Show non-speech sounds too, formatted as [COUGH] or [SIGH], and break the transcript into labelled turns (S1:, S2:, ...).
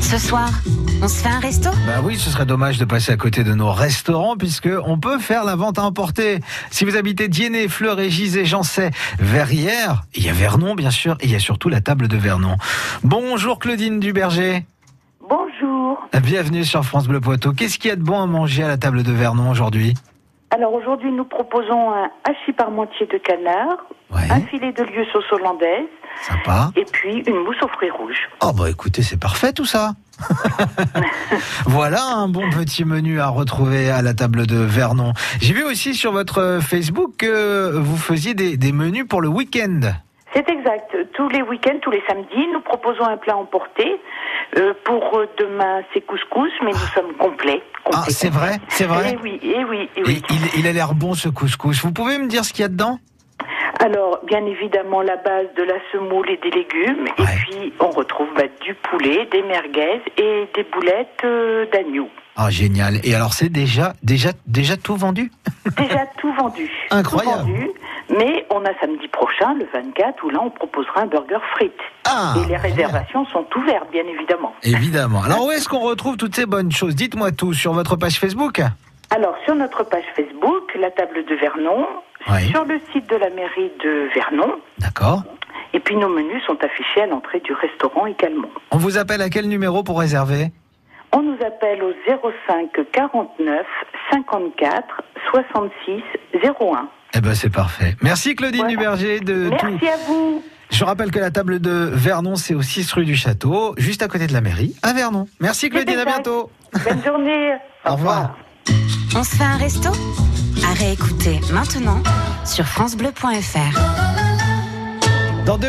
S1: ce soir, on se fait un resto
S2: Bah oui, ce serait dommage de passer à côté de nos restaurants puisque on peut faire la vente à emporter. Si vous habitez Diennet, Fleury, Gizet, Jancet, Verrières, il y a Vernon bien sûr et il y a surtout la table de Vernon. Bonjour Claudine Duberger,
S3: Bonjour.
S2: bienvenue sur France Bleu Poitou. Qu'est-ce qu'il y a de bon à manger à la table de Vernon aujourd'hui
S3: Alors aujourd'hui, nous proposons un hachis parmentier de canard,
S2: Ouais,
S3: un filet de lieu sauce hollandaise
S2: sympa.
S3: et puis une mousse aux fruits rouges.
S2: Oh bah écoutez, c'est parfait tout ça. [LAUGHS] voilà un bon petit menu à retrouver à la table de Vernon. J'ai vu aussi sur votre Facebook que vous faisiez des, des menus pour le week-end.
S3: C'est exact. Tous les week-ends, tous les samedis, nous proposons un plat emporté. Euh, pour euh, demain, c'est couscous, mais nous sommes complets.
S2: Ah,
S3: complets,
S2: c'est
S3: complets.
S2: vrai, c'est vrai.
S3: Eh oui, eh oui, eh
S2: Et
S3: oui.
S2: il, il a l'air bon ce couscous. Vous pouvez me dire ce qu'il y a dedans
S3: Alors, bien évidemment, la base de la semoule et des légumes. Et
S2: Ouais.
S3: puis, on retrouve bah, du poulet, des merguez et des boulettes euh, d'agneau.
S2: Ah génial. Et alors c'est déjà déjà déjà tout vendu
S3: Déjà tout vendu.
S2: Incroyable.
S3: Tout vendu, mais on a samedi prochain, le 24, où là on proposera un burger frites.
S2: Ah.
S3: Et les
S2: génial.
S3: réservations sont ouvertes, bien évidemment.
S2: Évidemment. Alors où est-ce qu'on retrouve toutes ces bonnes choses Dites-moi tout sur votre page Facebook.
S3: Alors sur notre page Facebook, la table de Vernon,
S2: Oui.
S3: sur le site de la mairie de Vernon,
S2: D'accord.
S3: et puis nos menus sont affichés à l'entrée du restaurant également.
S2: On vous appelle à quel numéro pour réserver
S3: On nous appelle au 05 49 54 66 01.
S2: Eh ben c'est parfait. Merci Claudine
S3: Voilà.
S2: Duberger de Euh, tout.
S3: Merci à vous.
S2: Je rappelle que la table de Vernon c'est au 6 rue du Château, juste à côté de la mairie, à Vernon. Merci Claudine, à
S3: exact.
S2: bientôt.
S3: Bonne journée.
S2: [LAUGHS] Au revoir.
S1: On se fait un resto À réécouter maintenant sur FranceBleu.fr.
S2: Dans deux